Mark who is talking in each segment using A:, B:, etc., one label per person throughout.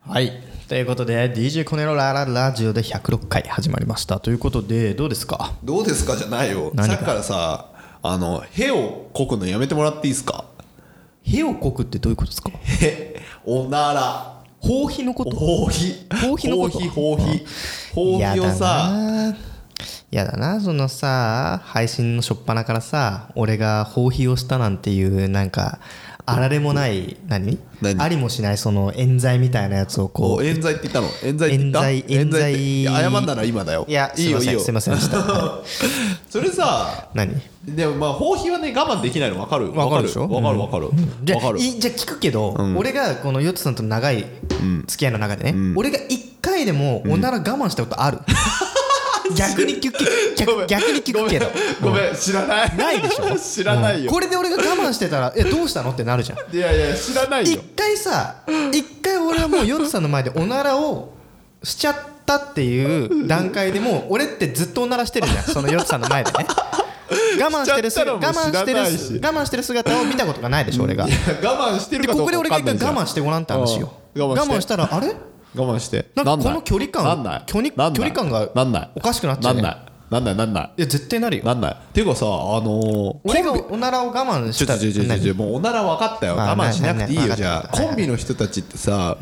A: はいということで DJ コネロラララジオで106回始まりましたということでどうですか
B: どうですかじゃないよ
A: 何
B: さ
A: か
B: っきからさあの「へ」をこくのやめてもらっていいですか
A: 屁をこくってどういうことですか
B: 「へ」「おなら」
A: 放屁のこ
B: 「
A: と
B: ほうひ」
A: ほうひのこと
B: ほうひほうひほう
A: や
B: ひを
A: だ
B: さ
A: なやだなそのさ配信の初っ端からさ俺が放屁をしたなんていうなんかあられもない何
B: 何
A: ありもしないその冤罪みたいなやつをこ
B: こ
A: う
B: う冤罪って言ったの冤罪って言った
A: 冤罪冤罪
B: っていや謝んなら今だよ
A: いや
B: いいよいいよ
A: すいませんすいませんでした
B: それさ
A: 何
B: でもまあ放屁はね我慢できないの分かる
A: わかるでしょ
B: 分かる分かる
A: じゃ
B: 分か
A: あ
B: る
A: いじゃあ聞くけど、俺がこのヨットさんとの長い付き合いの中でね、俺が一回でもおなら我慢したことある、 逆に聞くけ
B: ごめ
A: 逆
B: ん
A: 逆に聞くけど
B: ごめん知らない
A: ないでしょ
B: 知らないよ
A: これで俺が我慢してたらえどうしたのってなるじゃん
B: いやいや知らない
A: 一
B: よ
A: 回さ一回俺はもうヨットさんの前でおならをしちゃったっていう段階でもう俺ってずっとおならしてる じゃんそのヨットさんの前でね我慢してる
B: しち
A: す
B: ゃったら
A: 我
B: もう
A: 慢してる
B: 知らないし
A: 我慢してる姿を見たことがないでしょ俺が
B: い
A: で
B: や我慢してるかど
A: こ
B: う
A: こで
B: か分
A: 俺が一
B: かんな
A: 回
B: いじゃん
A: 我慢してごらんって話よ
B: うん我慢して
A: したらあ れ
B: 我慢して
A: なんかこの距離感
B: なんない
A: 距離
B: なん
A: 距
B: ない
A: 離感が
B: なんない
A: おかしくなっちゃうね
B: なんないなんないなんない
A: いや絶対なるよ
B: なんないっていうかさあのー
A: 俺がおならを我慢
B: ち
A: し
B: ょち
A: た
B: ょちょちょちょもうおなら分かったよ
A: まあ
B: 我慢しなくていい
A: ねね
B: よ
A: ね
B: じゃ
A: 分か
B: あ
A: った
B: コンビの人たちってさ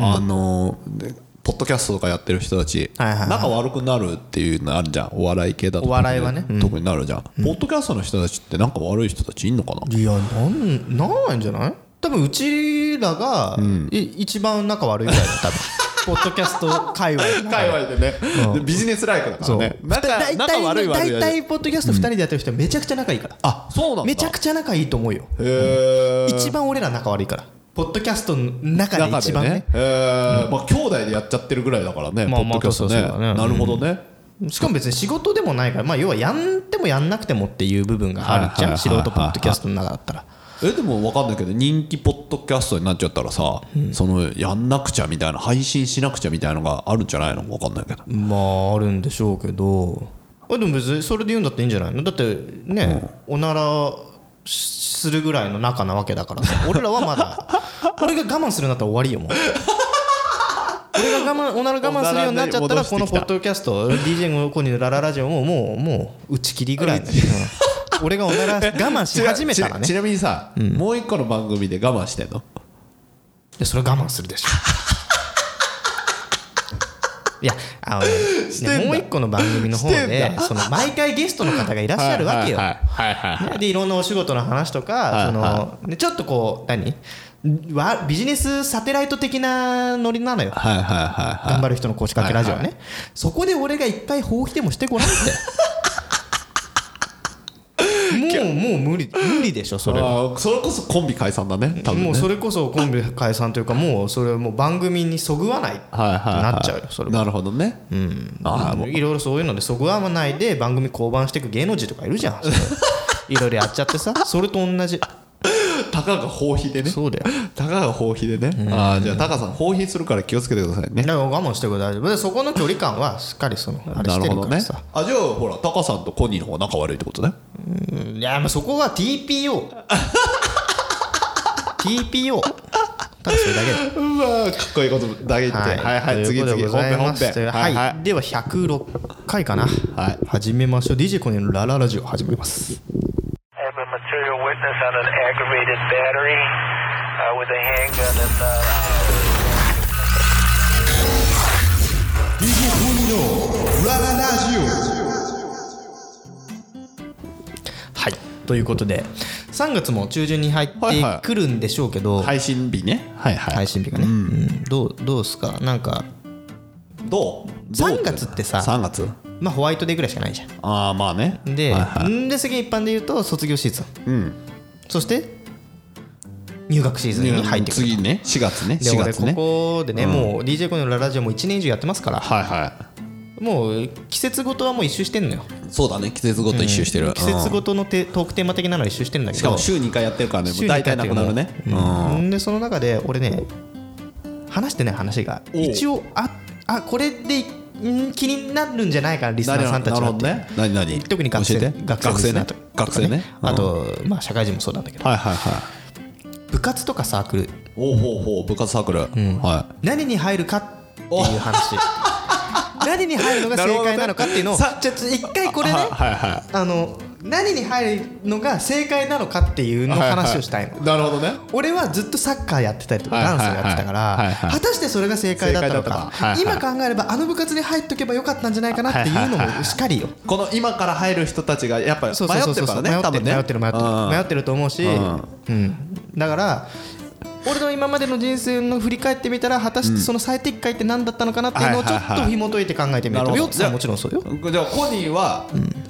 B: あのーでポッドキャストとかやってる人たち
A: はいはいはい
B: 仲悪くなるっていうのあるじゃんお笑い系だと
A: お笑いはねうん
B: 特になるじゃんポッドキャストの人たちって仲悪い人たちいんのかない
A: やなんなんないんじゃない多分うちらが、い一番仲悪いぐらいだよ多分 ポッドキャスト界隈の中で
B: 界隈でねでビジネスライクだから
A: そう
B: ね仲
A: 大
B: 仲
A: 体
B: 悪い悪い
A: 大体ポッドキャスト2人でやってる人はめちゃくちゃ仲いいから、
B: あそうなんだ
A: めちゃくちゃ仲いいと思うよ、
B: へー
A: 一番俺ら仲悪いからポッドキャストの中で一番ね
B: えーまあ兄弟でやっちゃってるぐらいだからね、
A: まあ
B: ポッドキャストね,、
A: まあそうそうそうだね
B: なるほどね、
A: しかも別に仕事でもないから、まあ、要はやんでもやんなくてもっていう部分があるじゃん、
B: はいはいはいはい
A: 素人ポッドキャストの中だったら、
B: えでも分かんないけど人気ポッドキャストになっちゃったらさ、そのやんなくちゃみたいな配信しなくちゃみたいなのがあるんじゃないの分かんないけど
A: まああるんでしょうけどあでも別にそれで言うんだっていいんじゃないのだってね、おならしするぐらいの仲なわけだから さ俺らはまだ俺が我慢するようになったら終わりよもう俺が我慢おなら我慢するようになっちゃったら
B: おならに戻してきた
A: このポッドキャスト DJ の子にラララジオももうもう打ち切りぐらいだようん俺がおなら我慢し始めたら
B: ちち
A: ね
B: なみにさ、もう一個の番組で我慢してんの
A: いやそれは我慢するで しょいやあのね
B: んだ
A: もう一個の番組の方
B: して
A: で
B: んだ
A: その毎回ゲストの方がいらっしゃるわけよ
B: はいはいはいはいはい
A: でいろんなお仕事の話とか
B: い
A: そのでちょっとこう何わビジネスサテライト的なノリなのよ
B: はいはいはいはい
A: 頑張る人の腰掛けラジオは
B: は
A: ねそこで俺が一回放棄でもしてごらんって もうもう無理無理でしょそれは
B: あーそれこそコンビ解散だね多分ね
A: もうそれこそコンビ解散というかもうそれはもう番組にそぐわないって
B: はいはいはい
A: なっちゃうよそれは
B: なるほどね、あーもう
A: いろいろそういうのでそぐわないで番組降板していく芸能人とかいる じゃんそれいろいろやっちゃってさそれと同じ
B: たかが放棄でね
A: そうだよ
B: たかが放棄でね、ああじゃあタカさん放棄するから気をつけてくださいね
A: だから我慢してくださいでそこの距離感はしっかりそのあれ
B: な
A: し
B: る
A: て
B: ほ
A: る
B: ど
A: から
B: ね
A: さ、
B: あじゃあほらタカさんとコニーの方が仲悪いってことね
A: うんいやまあそこは TPOTPO ただそれだけだ
B: うわーかっこいいことだけ言ってはいはい、
A: と
B: 次
A: いうことで
B: 次
A: ご
B: 本
A: ざい
B: 編本
A: ま
B: 編
A: して
B: はいは
A: はいいでは106回かな
B: はい
A: 始めましょう DJ コネのラララジオ始めます
C: I have a material witness on an aggravated battery uh, with a handgun and. Uh,
D: Ra ra radio.
A: はいということで3月も中旬に入って
B: はいはい
A: くるんでしょうけど、
B: 配信日ねはいはい、
A: 配信日がね、うんどうどうですかなんか
B: どうどう
A: 3月ってさ
B: 3月
A: まあホワイトデーぐらいしかないじゃん
B: ああまあね
A: で、
B: はいはい
A: んで世間一般で言うと卒業シーズン
B: うん、
A: そして入学シーズンに入ってくる
B: 次ね4月ね
A: で
B: 4
A: 俺
B: 月
A: こ
B: ね
A: こでね、もう DJ コネのララジオも1年以上やってますから
B: はいはい
A: もう季節ごとはもう一周してんのよ
B: そうだね季節ごと一周してる、
A: 季節ごとのてトークテーマ的なのは一周してるんだ
B: うん
A: け
B: しか
A: ど
B: も週2回やってるからねも
A: 週に一
B: う大
A: 回
B: 体
A: やっ
B: な
A: てる
B: くなるねうん、
A: んでその中で俺ね話してない話が
B: おう
A: 一応ああこれでん気になるんじゃないかなリスナーさんたち
B: な
A: はっ
B: るほ
A: て
B: どね何何
A: 特に学生
B: 教えて
A: 学生
B: 学生
A: リスナー
B: ね
A: とか
B: 学生ね
A: あとまあ社会人もそうなんだけど
B: はいはいはい
A: 部活とかサークル
B: おうほうほう部活サークル、は
A: 何に入るかっていう話何に入るのが正解なのかっていうのを
B: なるほどね
A: ちょっと一回これ
B: い
A: ね
B: ははいは
A: あの何に入るのが正解なのかっていう
B: い
A: の話をしたいの、
B: ははなるほどね
A: 俺はずっとサッカーやってたりとか
B: はいはい
A: ダン
B: は
A: スを
B: い
A: やってたから、
B: はいはい
A: 果たしてそれが正解だったの
B: 正解だ
A: か
B: ったかはいはい
A: 今考えればあの部活に入っとけばよかったんじゃないかなっていうの
B: はいはいはいは
A: もしかりよ
B: この今から入る人たちがやっぱ迷
A: そうそうそう
B: って
A: そう
B: るからね
A: 迷
B: 多
A: ってる
B: 分ね
A: 迷ってる迷ってる
B: うん
A: 迷ってると思うし、
B: うん
A: うん、だから俺の今までの人生の振り返ってみたら果たしてその最適解って何だったのかなっていうのを
B: はい
A: ちょ
B: はいは
A: っ
B: い
A: と紐解いて考えてみる
B: なる
A: と
B: ほど
A: ヨッツさんもちろんそうよ
B: じゃあコニーは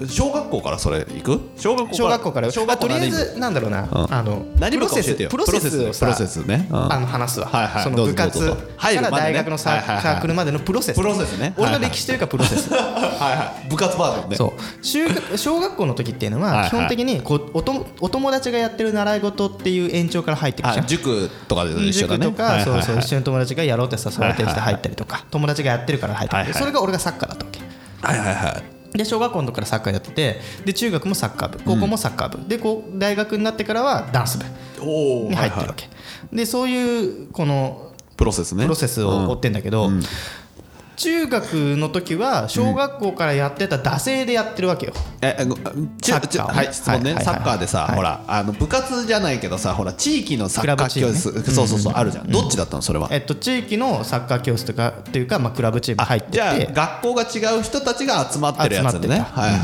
B: 小学校からそれ行く小学校から
A: 小学校からよ
B: 小
A: あ
B: 学
A: と
B: 校
A: りあえ
B: 何部
A: ずなんだろうな、
B: ん
A: あのプ
B: 何部
A: ロ
B: か
A: セ
B: 教え
A: ス
B: てよ
A: プロセスをさ
B: プロセスねうん
A: あの話すわ、
B: はいはい
A: そ
B: ど
A: の
B: うぞ
A: 部活
B: どうぞ入
A: か
B: るま
A: ら
B: でね
A: 大学のサ
B: はいはいは
A: ー
B: い
A: サークルまでのプロセス
B: プロセスね
A: 俺の
B: はいはい
A: 歴史というかプロセス
B: はいはい部活バージョンね
A: そう中学小学校の時っていうの
B: はい
A: は
B: はい
A: 基本的にこうおとお友達がやってる習い事っていう延長から入ってくじゃ
B: あ
A: ん
B: 塾とかで一緒だ
A: 塾
B: ね
A: とか
B: はい
A: そ
B: は
A: う
B: い
A: そう一緒に友達がやろうって誘われてきて入ったりとか友達がやってるから入った
B: はい
A: り
B: はい
A: それが俺がサッカーだったわけ
B: はいはいはい
A: で小学校の時からサッカーやっててで中学もサッカー部高校もサッカー部でこう大学になってからはダンス部
B: おお
A: に入ってるわけでそういうこの
B: プロセスね
A: プロセスを追ってんだけど、
B: うん
A: 中学の時は小学校からやってた惰性でやってるわけよ、
B: ええごち
A: サッ
B: ょ
A: カー
B: ちょ
A: をね
B: はい質問
A: はいは
B: ね
A: いはい
B: サッカーでさ
A: はい
B: ほらあの部活じゃないけどさほら地域のサッ
A: クラ
B: カ
A: ブ
B: ー
A: チーム
B: 教
A: ね
B: 室そうそうそうあるじゃんどっちだったのそれは
A: えっと、地域のサッカー教室とかっていうか、まあ、クラブチーム入って
B: じゃあ
A: て
B: 学校が違う人たちが集まってるやつ
A: 集
B: ね
A: まっ
B: はい
A: てた
B: はいはい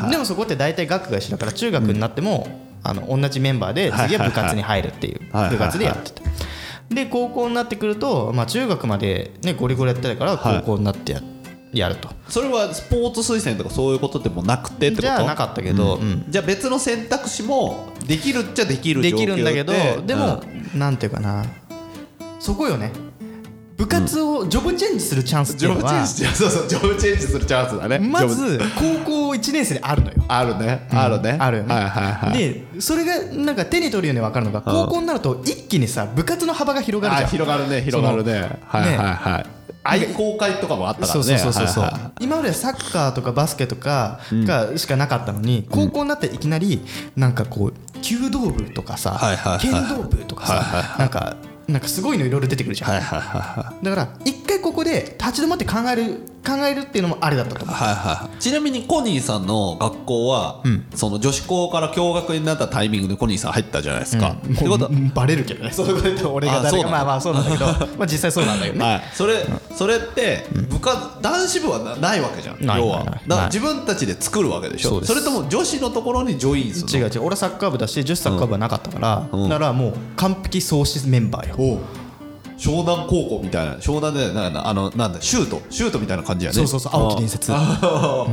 B: はい
A: でもそこって大体学が一緒だから中学になっても、あの同じメンバーで
B: はい
A: 次
B: は
A: はい
B: はい
A: 部活に入るっていう
B: はいはいはい
A: 部活でやってたで高校になってくると、まあ、中学まで、ね、ゴリゴリやってたから
B: はい
A: 高校になってや,、やると
B: それはスポーツ推薦とかそういうことでもなくてってこと
A: じゃあなかったけど、うん
B: じゃあ別の選択肢もできるっちゃできる状況
A: できるんだけど
B: って
A: でも、なんていうかなそこよね部活をジョブチェンジするチャンスって
B: ジ
A: い
B: ョ
A: う
B: ブ
A: の
B: チェン
A: は
B: ジそうそうジョブチェンジするチャンスだね
A: ま
B: ジョブ
A: ず高校1年生であるのよ
B: あるねあるね
A: あるよね
B: はいはいはい
A: でそれがなんか手に取るように分かるのが高校になると一気にさ部活の幅が広がるじゃ
B: あ
A: ん
B: 広がるね広がるねはいはいはい愛好会とかもあったから
A: そ
B: ね
A: うそうそうそうそう
B: はいはい
A: 今まではサッカーとかバスケとかがしかなかったのに高校になっていきなりなんかこう弓道部とかさ
B: はいはい
A: 剣
B: は
A: 道
B: い
A: 部とか
B: はいはい
A: さなんかなんかすごいのいろいろ出てくるじゃん
B: はいはいは
A: だから一回ここで立ち止まって考える考えるっていうのもあれだったと思う
B: いはいはいちなみにコニーさんの学校は、その女子校から共学になったタイミングでコニーさん入ったじゃないですか、ってことは
A: もうバレるけどねそういうこと言って俺が
B: あそ
A: 誰
B: う
A: か
B: なんだ
A: まあまあそうなんだけどまあ実際そうなんだよね
B: はい、それそれって部活男子部はなないわけじゃん
A: ない
B: 要
A: ない
B: は
A: ない
B: だから自分たちで作るわけでし
A: そう
B: ょ
A: で
B: そ
A: す
B: れとも女子のところにジョインす
A: 違
B: る
A: う違う俺はサッカー部だし女子サッカー部はなかったから、
B: うん
A: ならもう完璧創始メンバーよ、
B: のおう湘南高校みたいな湘南でなんだあのなんだシュートシュートみたいな感じやね
A: そうそうそう青木伝
B: 説
A: 説だか
B: あ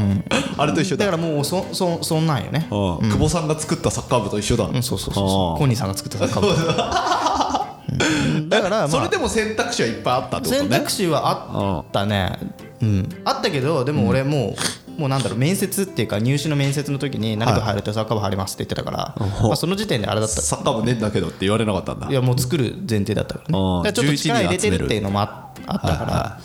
B: あれと一緒だ
A: らもうそそそんなんよね、
B: うん久保さんが作ったサッカー部と一緒だ、
A: うん、そうそうそうそうコ
B: あ
A: ニーさんが作ったサッカー部
B: ー
A: だから、まあ、
B: それでも選択肢はいっぱいあったってこと
A: 選
B: ね
A: 択肢はあったねうんあったけどでも俺もう、もうなんだろう面接っていうか入試の面接の時に何部入るとサッカー部入りますって言ってたから、まあ、その時点であれだった
B: サッカー部ねえんだけどって言われなかったんだ
A: いやもう作る前提だったからね
B: うん
A: だからちょっと力入れてるっていうのもああったから、
B: は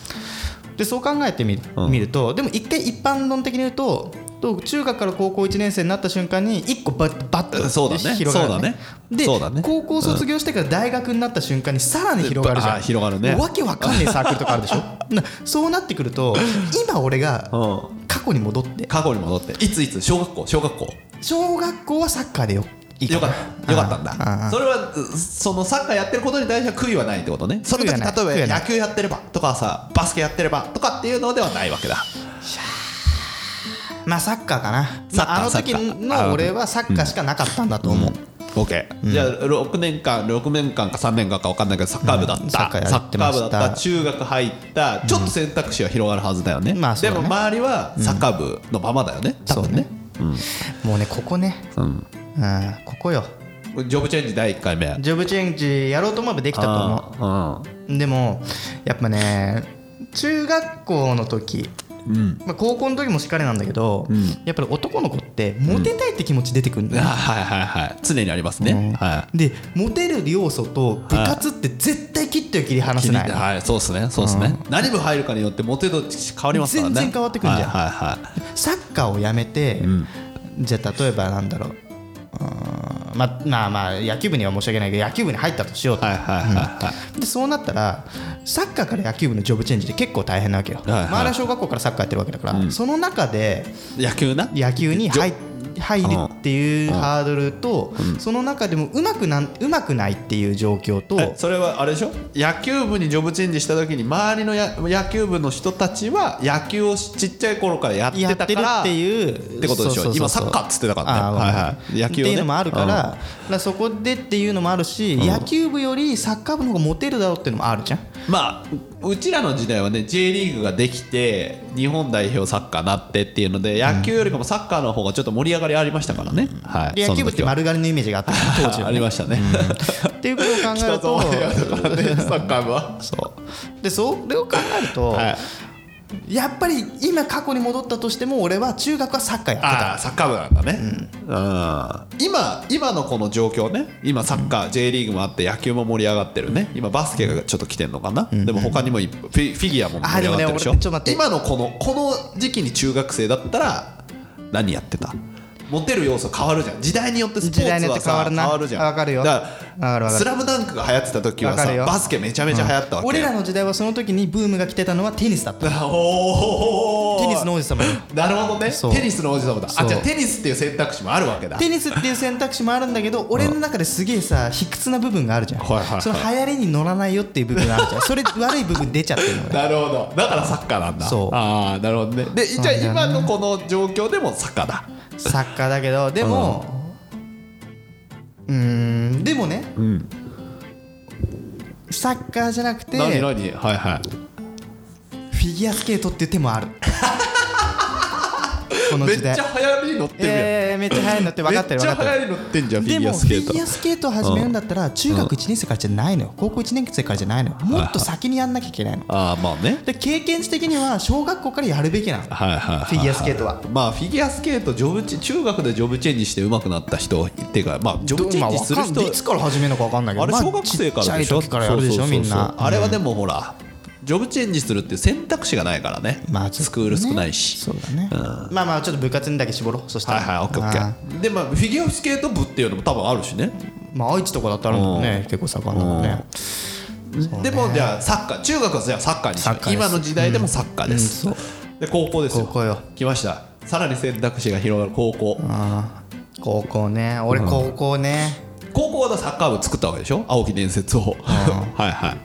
A: でそう考えてみ,、
B: うん
A: 見るとでも一回一般論的に言うとと中学から高校1年生になった瞬間に一個バッバッと
B: そうだね
A: 広がる、
B: そうだね
A: で
B: そうだね
A: 高校卒業してから大学になった瞬間にさらに広がるじゃん、
B: あ広がるね
A: もうわけわかんないサークルとかあるでし ょなそうなってくると今俺が
B: う
A: 過去に戻って
B: 過去に戻っていついつ小学校小学校
A: 小学校はサッカーでよいい
B: よか
A: な
B: ったよかったん
A: あ
B: だ
A: あ
B: それはうそのサッカーやってることに対しては悔いはないってことねその
A: 悔い
B: 時
A: はない
B: 例
A: 悔
B: え
A: い
B: ば
A: はない
B: 野球やってればとかさバスケやってればとかっていうのではないわけだ
A: まあサッカーかな
B: サッ
A: ま
B: カー
A: あ、あの時
B: サッカー
A: の俺はサッカーしかなかったんだと思う、
B: OK、じゃあ6年間6年間か3年間か分かんないけどサッカー部だった、
A: うん
B: サ
A: サ
B: ッ
A: ッ
B: カ
A: カ
B: ー
A: ーやってました
B: 部だった中学入ったちょっと選択肢は広がるはずだよね,、
A: まあそう
B: で
A: だね
B: も周りはサッカー部のままだよね、多分ね
A: もうねここね
B: うん
A: うんここよ
B: ジョブチェンジ第1回目
A: ジョブチェンジやろうと思えばできたと思
B: あ
A: うでもやっぱね中学校の時、
B: ーうんうん
A: まあ、高校の時もしっかりなんだけど、
B: ん
A: やっぱり男の子ってモテたいって気持ち出てくるんだ
B: あ
A: よ、
B: はいはいはい常にありますね、
A: うん
B: は
A: でモテる要素と部活って絶対切っては切り離
B: い
A: せない、
B: はいそうですねそうですね、何部入るかによってモテ度変わりますからね
A: 全然変わってくるじゃん
B: はいはいはい
A: サッカーをやめて、
B: ん
A: じゃあ例えばなんだろううーんまあまあまあ野球部には申し訳ないけど野球部に入ったとしようと、
B: はいはいはいはい
A: でそうなったらサッカーから野球部のジョブチェンジって結構大変なわけよ、
B: はいはい
A: 周りは小学校からサッカーやってるわけだから、その中で
B: 野球な
A: 野球に入っ入るっていう
B: うん
A: ハードルと、その中でもうまくなんうまくないっていう状況と、
B: えそれはあれでしょ野球部にジョブチェンジした時に周りのや野球部の人たちは野球をちっちゃい頃からやって
A: や
B: た
A: っ
B: から
A: てるって
B: う
A: いう
B: ってことでしょ
A: そうそうそうそう
B: 今サッカーっつってたからね
A: あー
B: はいはい
A: わかる
B: 野球を
A: っ
B: ね
A: ていうのもあるから,、だからそこでっていうのもあるし、野球部よりサッカー部の方がモテるだろうっていうのもあるじゃん
B: まあうちらの時代はね J リーグができて日本代表サッカーなってっていうので野球よりかもサッカーの方がちょっと盛り上がりありましたからね、はい
A: で野球部って
B: その時は
A: 丸刈りのイメージがあった当時は
B: ありましたね、
A: っていうことを 考える
B: 人と盛り上が
A: と
B: るからねサッカー部は
A: そうでそれを考えると、
B: はい
A: やっぱり今過去に戻ったとしても俺は中学はサッカーやって
B: ああサッカー部なんだね、うん今今のこの状況ね今サッカー J リーグもあって野球も盛り上がってるね今バスケがちょっと来てんのかな、でも他にもいっフィフィギュアも盛り上がってるで
A: あーで
B: しょ
A: もね俺ちょっと待って
B: 今のこのこの時期に中学生だったら何やってたモテる要素変わるじゃん時代によってスポ
A: 時
B: ー
A: 代に
B: ツ
A: よっ
B: は
A: て
B: さ
A: 変わるな
B: じゃん
A: わかるよ
B: だ
A: わか
B: か
A: るわ
B: ら
A: かる
B: スラムダンクが流行ってた時は
A: わか
B: さ
A: るよ
B: バスケめちゃめちゃ流行ったわけ、
A: 俺らの時代はその時にブームが来てたのはテニスだった
B: お
A: テ
B: ー
A: ニスの王子様よ
B: なるほどね
A: そう
B: テニスの王子様だ
A: そ
B: あ
A: う
B: じゃあテニスっていう選択肢もあるわけだ
A: テニスっていう選択肢もあるんだけど俺の中ですげえさ卑屈な部分があるじゃん、
B: はいはいはい
A: その流行りに乗らないよっていう部分があるじゃんそれ悪い部分出ちゃってるの俺
B: なるほどだからサッカーなんだ
A: そう
B: ああなるほどねでじゃあ
A: そうだね
B: 今のこの状況でもサッカーだ
A: サッカーだけどでもうーんでもね
B: うん
A: サッカーじゃなくてフ
B: 何
A: ィ
B: 何はいはい
A: ギュアスケートっていう手も あるこの
B: めっ
A: 時
B: ち
A: 代
B: ゃ流行りに乗ってるやん、
A: えーめっちゃ速いのって分かってる
B: め
A: 分
B: っ
A: か
B: ちゃ
A: ってる
B: 流行りに乗ってんじゃんフィ
A: で
B: ギュ
A: も
B: ア
A: フ
B: スケー
A: ィ
B: ト
A: ギュアスケート始めるんだったら中学1年生からじゃないのよ高校1年生からじゃないのよもっと先にやんなきゃいけないの
B: ああまあね
A: で経験値的には小学校からやるべきなのフ
B: はいはいはい、
A: ィギュアスケートは
B: まあフィギュアスケートジョブチ中学でジョブチェンジして上手くなった人っていうかまあジョブチェンジする人
A: どうまあわかんいつから始めるのか分かんないけど
B: あれ
A: ま
B: 小学生からでし
A: ちっ
B: ょ
A: ちゃい時からやるでし
B: そ
A: ょ
B: うそうそ
A: み
B: うん
A: な
B: あれはでもほらジョブチェンジするっていう選択肢がないからね
A: まあちょっとね
B: スクール少ないし
A: そうだねまあまあちょっと部活にだけ絞ろうそした
B: は
A: ら
B: いはいオッケーオッケ
A: あー
B: ーでまあフィギュアスケート部っていうのも多分あるしね
A: まあ愛知とかだったらあるもんね結構盛んなのね
B: でもじゃあサッカー中学はじゃあサッカーにし
A: サ
B: よ
A: ッカー
B: う
A: です
B: 今の時代でもサッカーです
A: うんそ
B: で高校ですよ
A: 高校よ
B: 来ましたさらに選択肢が広がる高校
A: 高校ね俺高校ね
B: 高校はサッカー部作ったわけでしょ青木伝説を はいはい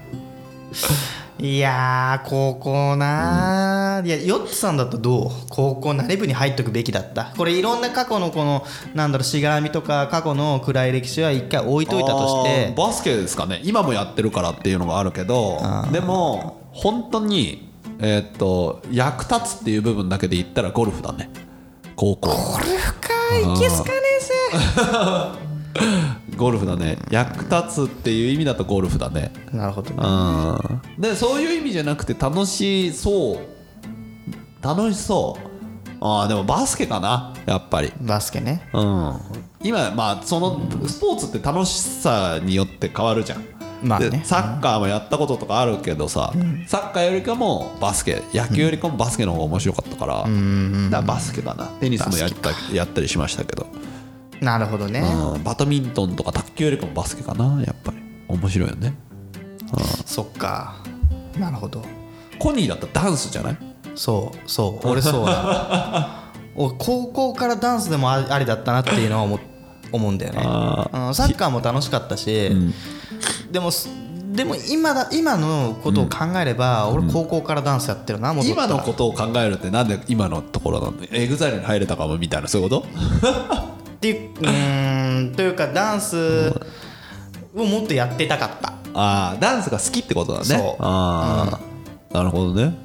A: いやー高校なー、いやヨッツさんだとどう高校何部に入っとくべきだったこれいろんな過去のこのなんだろうしがらみとか過去の暗い歴史は一回置いといたとし
B: あ
A: て
B: ーバスケですかね今もやってるからっていうのがあるけどでも本当にえーっと役立つっていう部分だけで言ったらゴルフだね高校
A: これ深いいけすかねえぜ
B: ゴルフだね役立つっていう意味だとゴルフだね
A: なるほどね
B: うんでそういう意味じゃなくて楽しそう楽しそうああでもバスケかなやっぱり
A: バスケね
B: うん、今まあそのスポーツって楽しさによって変わるじゃん、
A: まあね
B: でサッカーもやったこととかあるけどさ、サッカーよりかもバスケ野球よりかもバスケの方が面白かったから、だからバスケかなテニスもやったやったりしましたけど、
A: なるほどね、
B: うん、バドミントンとか卓球よりかもバスケかなやっぱり面白いよね
A: そっかなるほど
B: コニーだったらダンスじゃない
A: そうそう俺そうだ 俺高校からダンスでもあありだったなっていうのは思う思うんだよね、うん、サッカーも楽しかったし、でもすでも今だ今のことを考えれば、俺高校からダンスやってるな戻った
B: 今
A: ら
B: のことを考えるってなんで今のところなのエグザイルに入れたかもみたいなそういうこと
A: っていううーんというかダンスをもっとやってたかった
B: ああダンスが好きってことだね
A: そう
B: ああ、なるほどね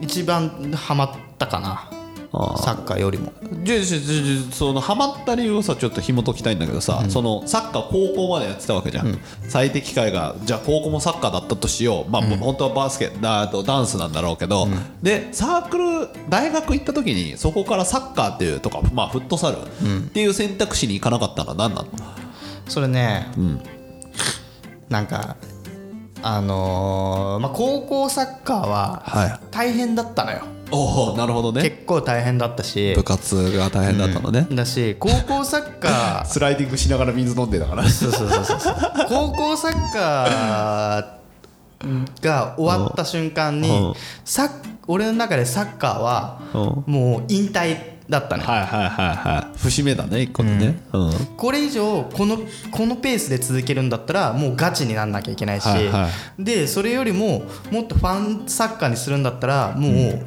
A: 一番ハマったかな
B: あ
A: サッカーよりも
B: じゃあじゃあじゃあじゃあそのハマった理由をさちょっと紐解きたいんだけどさ、そのサッカー高校までやってたわけじゃん、最適解がじゃあ高校もサッカーだったとしようまあ、本当はバスケだあとダンスなんだろうけど、でサークル大学行った時にそこからサッカーっていうとか、まあ、フットサルっていう選択肢に行かなかったのは何なの、
A: それね、なんかあのーまあ、高校サッカーは
B: はい
A: 大変だったのよ
B: おおなるほどね
A: 結構大変だったし
B: 部活が大変だったのね、
A: だし高校サッカー
B: スライディングしながら水飲んでたか ら
A: そうそうそうそうそう高校サッカーが終わった瞬間に、
B: うん
A: サッ俺の中でサッカーは
B: うん
A: もう引退だったね、
B: はいはいはいはい節目だね一個でねうん、
A: これ以上このこのペースで続けるんだったらもうガチになんなきゃいけないし、
B: はいは
A: でそれよりももっとファンサッカーにするんだったらもう、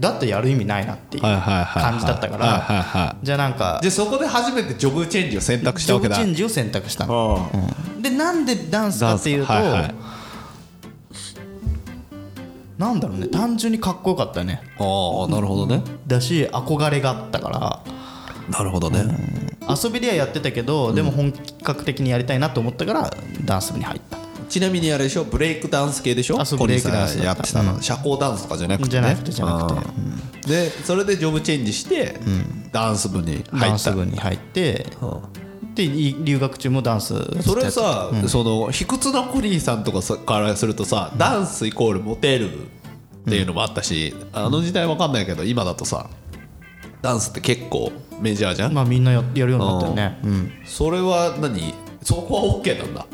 A: だってやる意味ないなっていう
B: はいはいはいはい
A: 感じだったから、
B: はいはいは
A: じゃあなんか
B: いでそこで初めてジョブチェンジを選択し
A: ジ
B: た
A: ョ
B: わ
A: ブ
B: け
A: チ
B: だ
A: ェンジを選択したの
B: うん
A: でなんでダンスかっていうと、
B: ダンスはいはい
A: なんだろうね単純にかっこよかったね
B: ああなるほどね
A: だし憧れがあったから
B: なるほどね、
A: 遊びではやってたけど、でも本格的にやりたいなと思ったからダンス部に入った
B: ちなみにあれでしょブレイクダンス系でしょ
A: あそう
B: コニーさん
A: ブレイクダンスだ
B: や
A: っ
B: ったてたの、社交ダンスとかじゃなくて、ね、
A: じゃなくてじゃなくて
B: あーでそれでジョブチェンジして、ダンス部に
A: ダ
B: 入
A: ン
B: っ
A: ス
B: た
A: 部に入って
B: うん
A: でい留学中もダンス
B: それさ、その卑屈なコリーさんとかさからするとさ、ダンスイコールモテるっていうのもあったし、あの時代わかんないけど今だとさダンスって結構メジャーじゃん、
A: まあみんなややるようになったよね
B: それは何そこは OK なんだ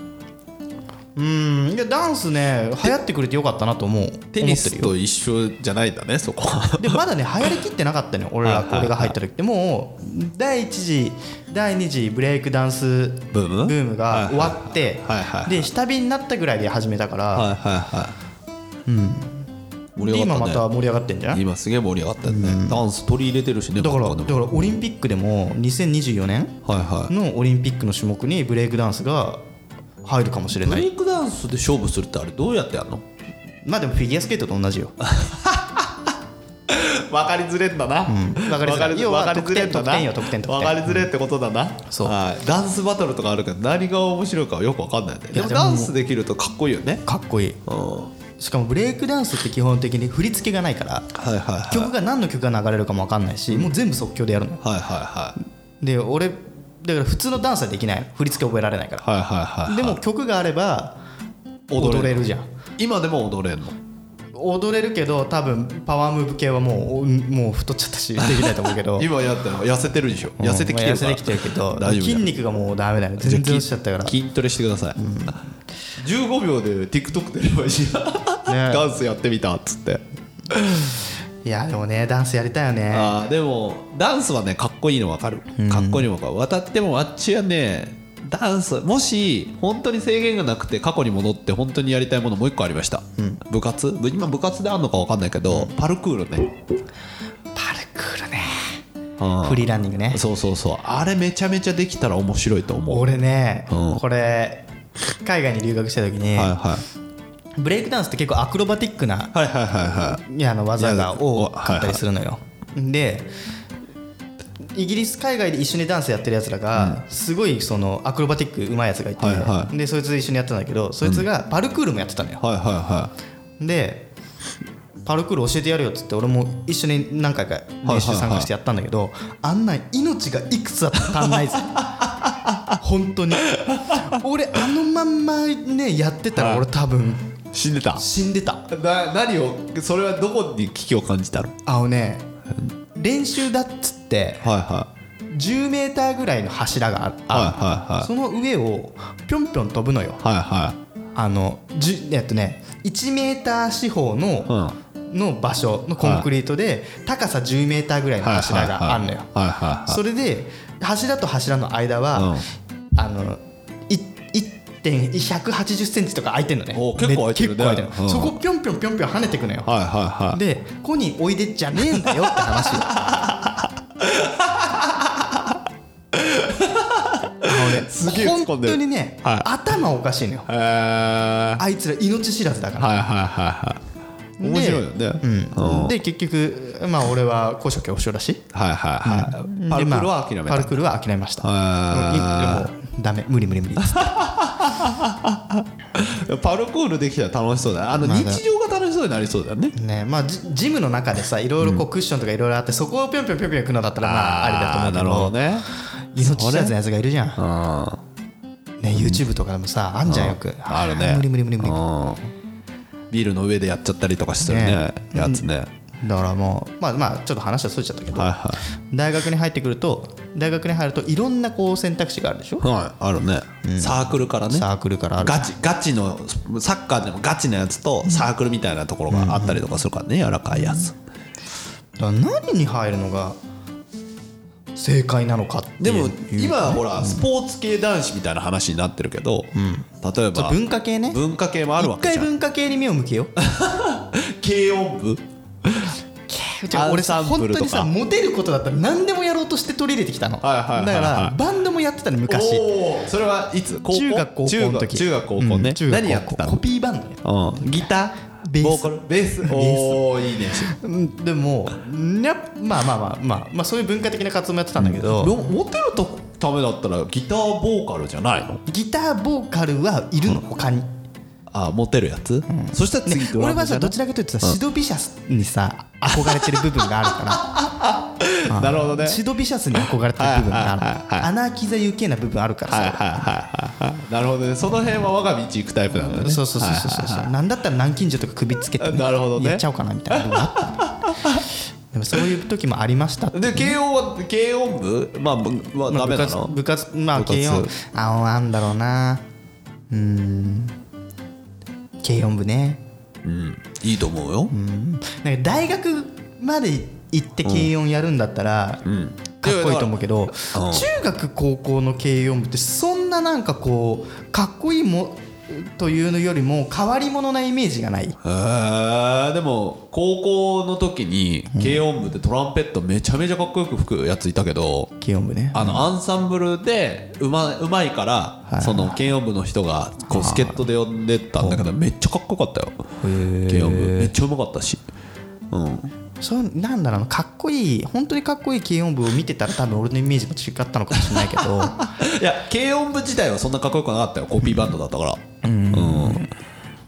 A: うんうんいやダンスね流行ってくれてよかったなと思う
B: テニ
A: 思
B: ス
A: ってるよ
B: と一緒じゃないんだねそこは
A: でまだね流行りきってなかったのよ俺
B: は
A: ら
B: いはいはい
A: 俺が入った時ってもう第1次第2次ブレイクダンス
B: ブーム
A: ブームが終わって
B: はいはいはいはい
A: で下火になったぐらいで始めたから
B: はいはいはいうん盛
A: で
B: り上
A: 今
B: がった、ね、
A: また盛り上がってんじゃん
B: 今すげえ盛り上がったよね、ダンス取り入れてるしね
A: だから
B: 僕
A: だ
B: は
A: か
B: でも
A: らオリンピックでも2024年
B: はいはい
A: のオリンピックの種目にブレイクダンスが入るかもしれ
B: ブ
A: ない
B: レイクダンスで勝負するってあれどうやってやるの
A: まあでもフィギュアスケートと同じよ。
B: 分かりづれんだな、
A: 分かりづれ
B: 分かり
A: 要は
B: 分かりづれんだ
A: 得点よ
B: な
A: 得点得点
B: 分かりづれんってことだな、
A: そう
B: はいダンスバトルとかあるけど何が面白いかはよく分かんないよね
A: い
B: で
A: や
B: も
A: でも
B: ダンスできるとかっこいいよね
A: かっこいい。
B: うんは
A: しかもブレイクダンスって基本的に振り付けがないから
B: いはいはい
A: 曲が何の曲が流れるかも分かんないしもう全部即興でやるの。
B: はいはい
A: で俺だから普通のダンスはできない振り付け覚えられないか
B: はいはいはいは
A: ら。
B: い
A: でも曲があれば
B: 踊れる
A: 踊れるじゃん。
B: 今でも踊れんの
A: 踊れるけど多分パワームーブ系はもうもう太っちゃっ たしできないと思うけど。
B: 今やったの痩せてるでしょ痩せてきて
A: まあ痩
B: るか
A: せ
B: ら
A: てきてるけど
B: 大丈夫
A: 筋肉がもうダメだよ全然落ちちゃったから
B: 筋筋トレしてください、15秒で TikTok でやればいいじゃん、
A: ね
B: ダンスやってみたっつって
A: いやでもねダンスやりたいよね
B: あーでもダンスはねかっこいいの分かる、かっこいいの分かる渡ってもあっちはねダンスもし本当に制限がなくて過去に戻って本当にやりたいものもう一個ありました、部活部今部活であんのか分かんないけど、パルクールね、
A: パルクールね
B: うん
A: フリーランニングね
B: そうそうそうあれめちゃめちゃできたら面白いと思う
A: 俺ね、
B: うん
A: これ海外に留学した時に、
B: はいは
A: ブレイクダンスって結構アクロバティックない
B: はいはいはいはい
A: やあの技
B: いや
A: が多かったりするのよ、でイギリス海外で一緒にダンスやってるやつらが、すごいそのアクロバティックうまいやつがいて、
B: はいはい
A: でそいつと一緒にやってたんだけどそいつがパルクールもやってたのよ、
B: はいはいは
A: でパルクール教えてやるよっつって俺も一緒に何回か練習参加してやったんだけど、あんなん命がいくつあって足んないぜ 本当に俺あのまんまねやってたら俺多分
B: い死んでた
A: 死んでた
B: な何をそれはどこに危機を感じたの
A: あのね練習だっつって
B: はいは
A: 10メーターぐらいの柱がある、
B: いはいはいはい
A: その上をぴょんぴょん飛ぶのよ
B: はいはい
A: あのじゅえっとね1メーター四方の、の場所のコンクリートで高さ1 0メーターぐらいの柱があるのよ
B: はいはいはい
A: それで柱と柱の間は、あのい1 180センチとか空いてんのね
B: お結構空いてるね
A: め結構空いてる
B: うん
A: そこぴょんぴょんぴょんぴょん跳ねてくのよ、
B: はいはいはい
A: でここにおいでじゃねえんだよって話よあ のね
B: すげえ突っ込
A: 本
B: んでる
A: 当にね、
B: はい
A: 頭おかしいのよ
B: へー
A: あいつら命知らずだから
B: はいはいはいはい面白いよね
A: うん、で結局まあ俺は高所恐怖症だし
B: はいはいはいパルクールは諦め
A: パ
B: た
A: ルクールは諦めました
B: あ
A: もういもうダメ無理無理無理っつって
B: パルクールできたら楽しそうだねあの日常が楽しそうになりそうだよね
A: ねまあジジムの中でさいろいろこうクッションとかいろいろあってそこをぴょんぴょんぴょんぴょん行くのだったらまあありだと思うけど
B: あーなるほどね
A: 命知らずのやつがいるじゃん
B: う
A: ね YouTube とかでもさあんじゃんよく
B: あるね
A: ー無理無理無理無理
B: うんビルの上でやっちゃったりとかしてるねやつね、
A: だからもうまあまあちょっと話はそれちゃったけど、
B: はいは
A: 大学に入ってくると大学に入るといろんなこう選択肢があるでしょ、
B: いはいあるね、サークルからね
A: サークルからある
B: ガチガチのサッカーでもガチなやつとサークルみたいなところがあったりとかするからね柔らかいやつ
A: だから何に入るのが正解なのかっていう
B: でも今ほらスポーツ系男子みたいな話になってるけど例えば
A: 文化系ね
B: 文化系もあるわ
A: 一
B: け
A: 回
B: じゃん
A: 文化系に目を向けよ う
B: 軽音部ア
A: 俺
B: ンサ
A: さ
B: ンブ
A: 本
B: ル
A: 当
B: と
A: に
B: か
A: さモテることだったら何でもやろうとして取り入れてきたのだ
B: はい
A: か
B: はいはいはい
A: らバンドもやってたの昔
B: おおそれはいつ高校
A: 中学高校の時
B: 中学高校ね
A: うん中学
B: 何やってた
A: コ
B: の
A: ピーバンドや
B: うんギタ
A: ベー
B: ー
A: ス
B: ボーカルベースおおいいね
A: うんでもにゃまあまあまあまあまあそういう文化的な活動もやってたんだけど
B: もモテるとためだったらギターボーカルじゃないの
A: ギターボーカルはいるの他に
B: あモテるやつそしたら次ドラ
A: 俺
B: ム
A: は
B: じ
A: さ
B: ゃ
A: ど
B: な
A: ちらかというとさシドビシャスにさ憧れてる部分があるから
B: い なるほどね
A: シドビシャスに憧れてる部分が
B: はいはい
A: あ
B: はい
A: るアナーキザ有形な部分あるから
B: はいはい
A: さ
B: はいはいなるほどねその辺は我が道行くタイプなんだね
A: そうそうそうそうそう、なんだったら南京錠とか首つけて、
B: なるほどね
A: やっちゃおうかなみたいな部分あったでもそういう時もありましたって
B: で軽音は軽音部まあぶは
A: まあ
B: ダメ
A: 部
B: な
A: 活
B: の
A: 部活まあ
B: 部活
A: 軽音あなんだろうなうーん軽音部ね
B: うんいいと思うよ
A: なんか大学まで行って軽音やるんだったら、
B: ん
A: かっこいいと思うけど
B: らうん
A: 中学高校の軽音部ってそんななんかこうかっこいいもというよりも変わり者なイメージがない
B: へーでも高校の時に軽音部でトランペットめちゃめちゃかっこよく吹くやついたけど
A: 軽音部ね
B: あのアンサンブルでうまうまいからその軽音部の人がこう助っ人で呼んでったんだけどめっちゃかっこよかったよ軽音部めっちゃうまかったしうん
A: そうなんだろうなかっこいい本当にかっこいい軽音部を見てたら多分俺のイメージも違ったのかもしれないけ ど
B: いや軽音部自体はそんなかっこよくなかったよコピーバンドだったからうん、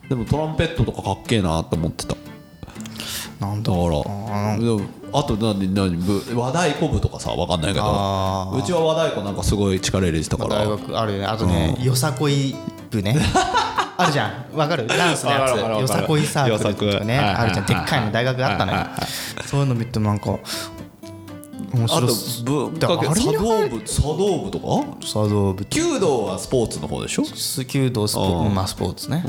B: でもトランペットとかかっけえなと思ってただか
A: なんだ
B: ら
A: ろう
B: でもあと何何部和太鼓部とかさわかんないけど
A: あ
B: うちは和太鼓なんかすごい力入れてたか
A: 大
B: ら
A: 学あるよねあとね、よさこい部ね あるじゃんわかるダンスのや
B: わか
A: つ
B: るわかるわかる
A: よさこいサークルとかね
B: よさこいはいはいはい
A: あるじゃんでっかいの大学あったの
B: はいはい
A: よそういうの見てもなんか面
B: あ
A: 白
B: と
A: そう
B: 文
A: だ
B: 化
A: から
B: 系
A: あれに
B: 茶道
A: 入
B: 部茶道部とか
A: 茶道部
B: 弓道はスポーツの方でしょ
A: 弓道スポ,、
B: うん
A: まあ、スポーツね、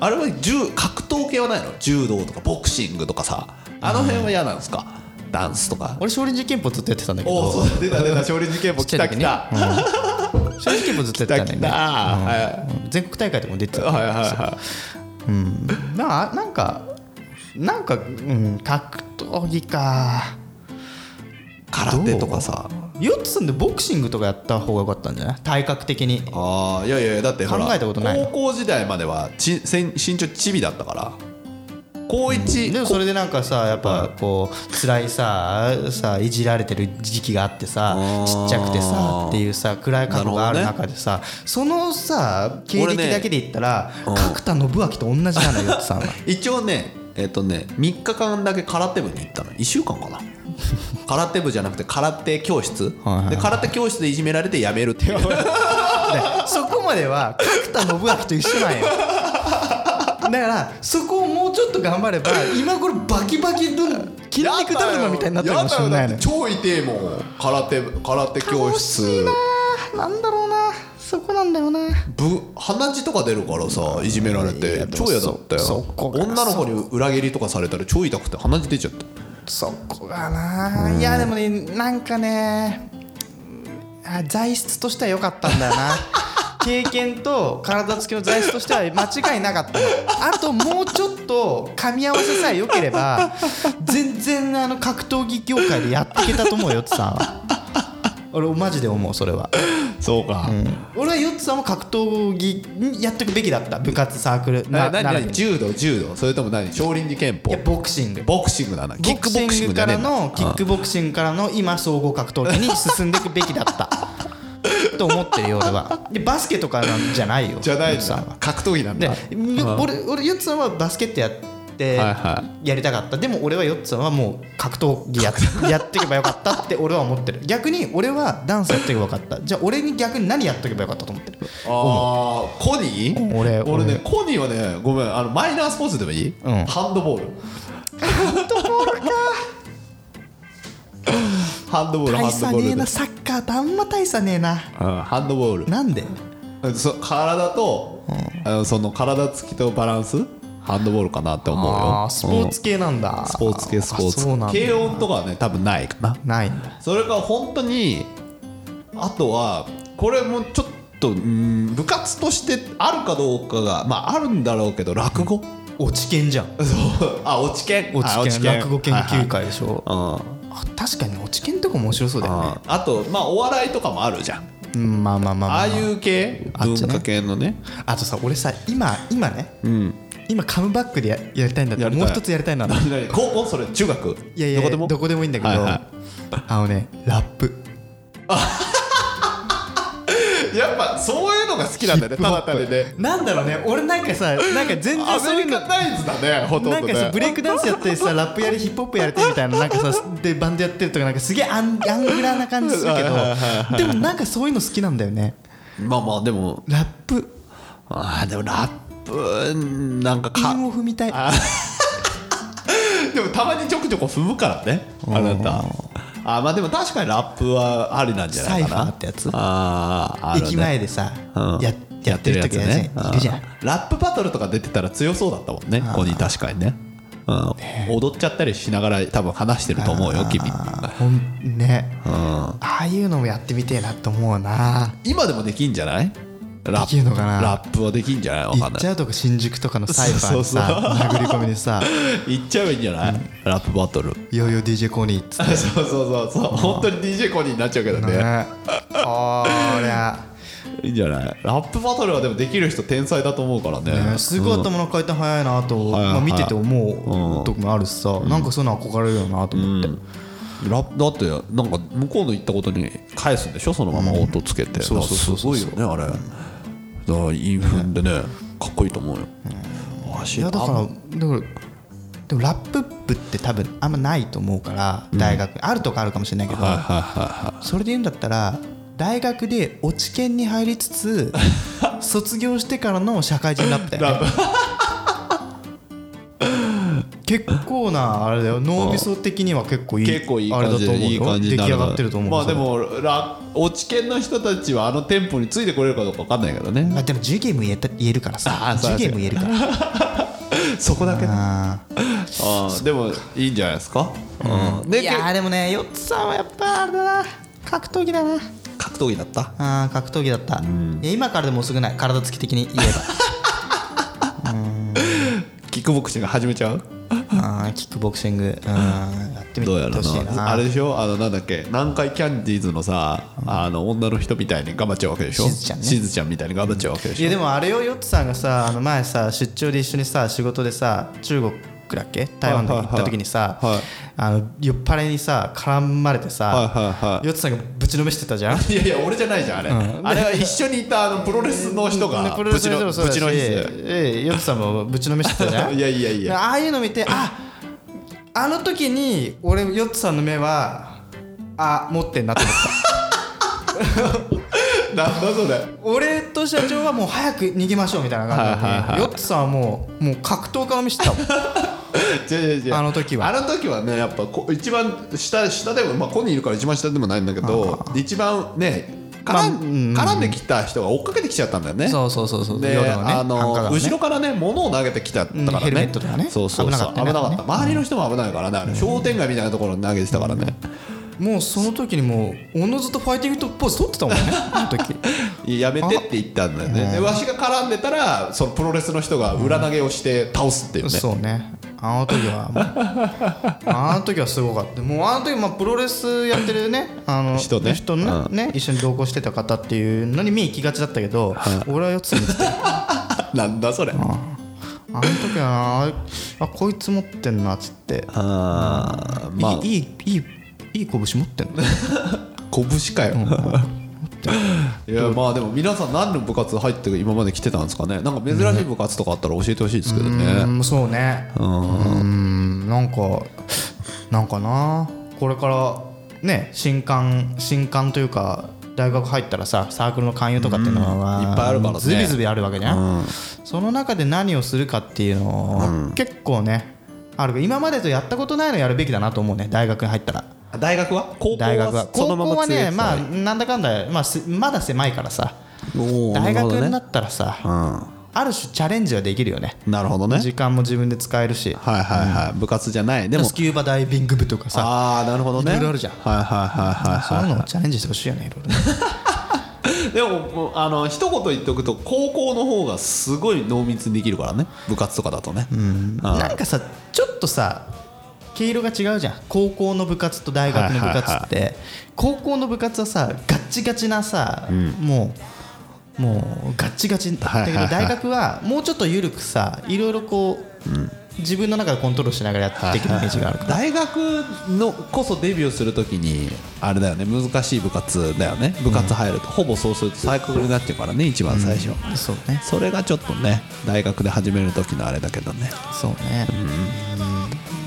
B: あれは柔格闘系はないの柔道とかボクシングとかさあの辺は嫌なんですかダンスとか
A: 俺少林寺拳法ずっとやってたんだけ
B: おお
A: ど
B: そうだ出た出た少林寺拳法
A: ちっ
B: 来
A: ちゃ
B: た
A: い時
B: 来
A: ね
B: た
A: 少林寺拳法ずっとやってたんだよね
B: は
A: 全国大会でも出てた
B: いはいは
A: なあなんかなんか、うん、格闘技か
B: い空手とかさ
A: ヨッツんでボクシングとかやった方が良かったんじゃない体格的に
B: ああいやいやいやだってほら
A: 考えたことないの
B: 高校時代まではちせん身長チビだったから高一
A: でもそれでなんかさやっぱこう辛いささいじられてる時期があってさ
B: あー
A: ちっちゃくてさっていうさ暗い過去がある
B: なるほ
A: 中でさそのさ経
B: 俺
A: 歴
B: ね
A: だけで言ったら角田信明と同じなのよヨッツさんは
B: 一応ねえっとね3日間だけ空手部に行ったの1週間 かな空手部じゃなくて空手教室
A: はいはいはい
B: で空手教室でいじめられて辞めるっていう
A: でそこまでは角田信明と一緒なんよだからそこをもうちょっと頑張れば今頃バキバキの筋肉だるまみたいになってるかもしれないの
B: やだ
A: よ
B: よだって超痛えもん空手部空手教室
A: あーなんだろうなそこなんだよな
B: ぶ鼻血とか出るからさいじめられ
A: いや
B: て
A: でも
B: 超嫌だった
A: そ
B: よ
A: そこが
B: 女の子に裏切りとかされたら超痛くて鼻血出ちゃった
A: そこがないやでもねなんかねあ材質としては良かったんだよな経験と体つきの材質としては間違いなかったのあともうちょっと噛み合わせさえ良ければ全然あの格闘技業界でやっていけたと思うよヨッツさんは俺マジで思うそれは
B: そうか、
A: 俺はヨッツさんも格闘技やっていくべきだった部活サークルな
B: な何
A: なら
B: 何
A: にい
B: 柔道柔道それとも何少林寺拳法
A: やボクシング
B: ボクシングだなキ
A: ボク
B: ック
A: シ
B: ボクシ
A: ン
B: ン
A: グ
B: グ
A: か
B: だね
A: らのキックボクシングからの今総合格闘技に進んでいくべきだ ったと思ってるよ俺はでバスケとかなんじゃないよ
B: じゃない
A: ヨッツさんは
B: な格闘技なん
A: で
B: だ
A: よ俺俺ユッツさんはバスケットやってって
B: はいは
A: やりたかった、でも俺はヨッツさんはもう格闘技や っやっていけばよかったって俺は思ってる逆に俺はダンスやっていけばよかったじゃあ俺に逆に何やっとけばよかったと思ってる
B: ああコニー
A: 俺
B: 俺ねコニーはねごめんあのマイナースポーツでもいい、
A: うん
B: ハンドボール ハンドボールかハ
A: 大差
B: ンドボールハンドボー
A: ねえ
B: ル
A: なサッカーとあんま大差ねえな
B: うんハンドボール
A: なんで
B: そ体と、あのその体つきとバランスハンドボールかなって思うよ
A: あースポーツ系なんだ
B: スポーツ系スポー
A: あそう
B: ツ
A: なんだ
B: 軽音とかはね多分ないかな
A: ないんだ
B: それから本当にあとはこれもちょっとうん部活としてあるかどうかがまああるんだろうけど落語、
A: 落ち研じゃん
B: そうあ落ち研
A: 落
B: あ
A: ち研落語研究
B: はい
A: 会でしょ
B: はいうん
A: あ確かに落ち研とか面白そうだよね
B: あとまあお笑いとかもあるじゃん
A: うんまあまあまあま
B: あ
A: あ
B: あいう系
A: あっ
B: 文
A: ちね
B: 化系のね
A: あとさ俺さ今今ね
B: うん
A: 今カムバックでややりたいんだって
B: やりた
A: も
B: いう
A: 一つやりたいない
B: 高校それ中学
A: やいや
B: どこでも
A: どこでもいいんだけど、
B: はいはい
A: あのねラップ
B: やっぱそういうのが好きなんだよねただ単にね
A: なんだろうね俺なんかさなんか全
B: ア
A: 然そういう
B: メリ
A: の
B: カナイズだねほとんど
A: な
B: ね
A: んかさブレイクダンスやってさラップやりヒップホップやりてみたい ななんかさでバンドやってるとかなんかすげえアンアングラーな感じするけどでもなんかそういうの好きなんだよね
B: まあまあでも
A: ラップ
B: あーでもラップなんかか
A: 韻を踏みたい
B: でもたまにちょくちょく踏むからねあなたあまあでも確かにラップはありなんじゃな
A: サ
B: い
A: イ
B: か
A: フ
B: な
A: ァーってやつ
B: あーあるね
A: 駅前でさ
B: うん
A: ややってる時やねいるじゃ
B: うんラップバトルとか出てたら強そうだったもんねここに確かにね、うん、踊っちゃったりしながら多分話してると思うよ君
A: ほんねああいうのもやってみてえなと思うな
B: 今でもできんじゃないラッ
A: で
B: プ
A: きるのかな
B: ラップはできんじゃないわ
A: 行
B: かん
A: っ
B: ない
A: ちゃうとか新宿とかのサイファーにさ
B: そうそう
A: 殴り込みでさ
B: いっちゃえばいいんじゃない、ラップバ トル
A: 「ヨーヨー DJ コニー」っつって
B: そうそうそうそう本当に DJ コニーになっちゃうけど
A: ね
B: ね
A: こりゃ
B: いいんじゃないラップバトルはでもできる人天才だと思うからね
A: ねすごい頭の回転早いなと
B: はいはい
A: まあ見てて思う時もあるしさなんかそういうの憧れるよなと思って
B: ラだってなんか向こうの言ったことに返すんでしょそのまま音つけて、
A: そうそうそうそう
B: だからすごいよねあれだからインフンでねかっこいいと思うよ、わし
A: いやだ からだからでもラップ部って多分あんまないと思うから大学あるとかあるかもしれないけど
B: はいはいはいは
A: それで言うんだったら大学で落ち研に入りつ つ卒業してからの社会人ラップだよね結構なあれだよ脳みそ的には結構い
B: い
A: い
B: 結構いい
A: あれだ
B: 感じ
A: と思うよ
B: いい感じ
A: 出
B: に
A: 来
B: な
A: 上がってると思う
B: まあ
A: そ
B: で
A: れ
B: もラ落ち研の人たちはあのテンポについてこれるかどうか分かんないけど
A: まあ
B: ね
A: でも10ゲーム言えた言えるからさ
B: あそう
A: 10
B: だ
A: ゲーム言えるから
B: そこだけあ
A: あ
B: ーでもいいんじゃないですか、うん
A: ー
B: で
A: いやーでもねヨッツさんはやっぱあれだな格闘技だな
B: 格闘技だった
A: あー格闘技だった、いや今からでも遅くない体つき的に言え
B: キックボクシング始めちゃう
A: ばあーキックボクシングうんやってみ
B: どうや
A: て
B: ら
A: ほしい
B: な
A: な
B: あれでしょあのなんだっけ南海キャンディーズのさあの女の人みたいに頑張っちゃうわけでしょ
A: しずちゃんね
B: しずちゃんみたいに頑張っちゃうわけで
A: い
B: し
A: や
B: ょ
A: でもあれよヨッツさんがさあの前さ出張で一緒にさ仕事でさ中国だっけ台湾とか行った時にさ、
B: はいはい
A: あの酔っ払いにさ絡まれてさ、
B: はいはいはい
A: ヨッツさんがぶちのめしてたじゃん
B: いやいや俺じゃないじゃんあれあれは一緒にいたあのプロレスの人が
A: プロレスの人もそうだ
B: ぶ
A: し
B: ちのぶちの椅子
A: ええヨッツさんもぶちのめしてたじゃん
B: いやいやいや
A: ああいうの見てああの時に俺ヨッツさんの目はあ持ってんなと思った
B: なんだそれ
A: 俺と社長はもう早く逃げましょうみたいな感じ
B: はいはい
A: な
B: は
A: のにヨッツさんはもうもう格闘家を見せてたもん
B: 違う違う違う
A: あの時は
B: あの時はねやっぱこ一番下下でもまあコニーいるから一番下でもないんだけど一番ね
A: まあ
B: 絡ん絡んできた人が追っかけてきちゃったんだよね
A: そうそうそうそう
B: で、
A: 夜のね
B: あ
A: 繁華街
B: の
A: のね
B: 後ろからね物を投げてきたからね、
A: うんヘルメットとかね
B: そうそうそう
A: 危
B: 危
A: な
B: な
A: か
B: か
A: っ
B: ったた,、
A: ね
B: 周りの人も危ないからねあれ商店街みたいなところに投げてたからね、
A: もうその時にもうおのずとファイティングポーズ取ってた もんねあの時
B: いややめてって言ったんだよねでわしが絡んでたらそのプロレスの人が裏投げをして倒すっていうね、
A: そうねあの時はもうあの時はすごかったもうあの時まあプロレスやってるねあの
B: 人ね
A: 人のね一緒に同行してた方っていうのに見に行きがちだったけど俺はヨッツさん見 てた
B: なんだそれ
A: あの時はなあれあこいつ持ってんなっつって
B: あーまあ
A: いいいいいいいい拳持ってんの
B: 拳かよ、
A: って
B: いやまあでも皆さん何の部活入って今まで来てたんですかねなんか珍しい部活とかあったら教えてほしいですけど
A: う
B: ね
A: んそうねうんなんかなんかなこれからね新刊新刊というか大学入ったらさサークルの勧誘とかっていうのは、
B: うんいっぱいあるからね
A: ずびずびあるわけじゃん、その中で何をするかっていうのは、結構ねある今までとやったことないのやるべきだなと思うね大学に入ったら
B: 大学は高校は
A: 大学は
B: そ
A: 高
B: のま
A: 校
B: ま
A: は
B: 続け
A: ね
B: て
A: まあ
B: た
A: なんだかんだ、まあ、すまだ狭いからさ
B: おー
A: 大学にな
B: なる
A: ったらさ、
B: ほどね
A: ある種チャレンジはできるよね
B: うんなるほどね
A: 時間も自分で使えるし
B: はいはいはい部活じゃないでも
A: スキューバダイビング部とかさ
B: ああなるほどね
A: いろいろあるじゃん
B: はいはいはい
A: そ
B: は
A: う
B: い
A: い
B: は
A: うのをチャレンジしてほしいよねいろいろね
B: いでももうあの一言言っておくと高校の方がすごい濃密にできるからね部活とかだとねあー
A: なんかさちょっとさ毛色が違うじゃん高校の部活と大学の部活って、高校の部活はさガッチガチなさ、もうもうガッチガチだけ
B: はいは
A: ど
B: いはい
A: 大学はもうちょっと緩くさいろいろこう、自分の中でコントロールしながらやっていくイメージがあるから
B: 大学のこそデビューするときにあれだよね難しい部活だよね部活入ると、ほぼそうするとサークルになってるからね一番最初、
A: そうね
B: それがちょっとね大学で始める時のあれだけどね
A: そうねうん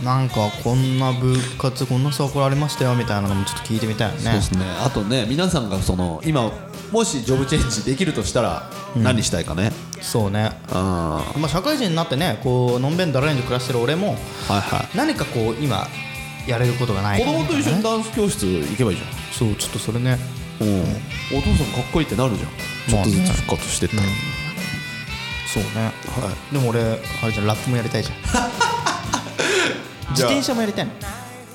A: なんかこんな部活こんなサークルありましたよみたいなのもちょっと聞いてみたいよね
B: そうですねあとね皆さんがその今もしジョブチェンジできるとしたら何したいかね、
A: そうね
B: ああ
A: まあ、社会人になってねこうのんべんだらりんと暮らしてる俺も
B: はいは
A: 何かこう今やれることがないい
B: 子供と一緒にダンス教室行けばいいじゃん
A: そうちょっとそれね
B: うん、お父さんかっこいいってなるじゃんち
A: ま
B: ょっ
A: あ
B: と
A: ね
B: ずつ復活してったら、
A: そうね、はい、でも俺あれじゃんラップもやりたいじゃん自
B: じゃあ
A: 転車もやりたいの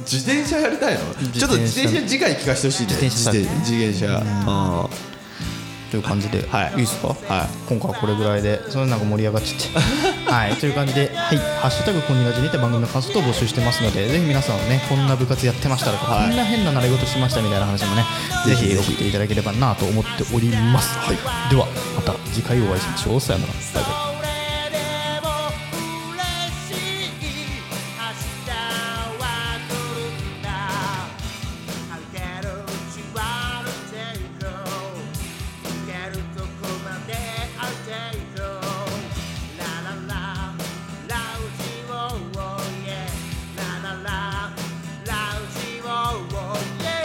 B: 自転車やりたいのちょっと自
A: 自転車
B: 転車次回聞かせてほしいね
A: 自転車さん
B: 自転自転車あ
A: という感じで、
B: はい
A: いですか、
B: はい
A: 今回はこれぐらいでそれなんか盛り上がっちゃ ってはいという感じで「はい、ハッシュタグこんにラジ」にて番組の感想等を募集してますのでぜひ皆さんもねこんな部活やってましたとか、こんな変な習い事しましたみたいな話もねぜひ送っていただければなと思っております、ではまた次回お会いしましょうさよならバイバイ
E: それでも嬉しい明日は来るんだ歩けるうちは歩いていこう行けるとこまで歩いていこうララララウジをおいえララララウジをおいえ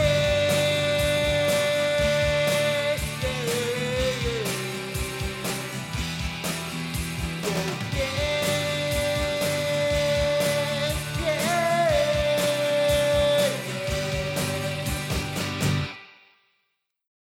E: Yeah.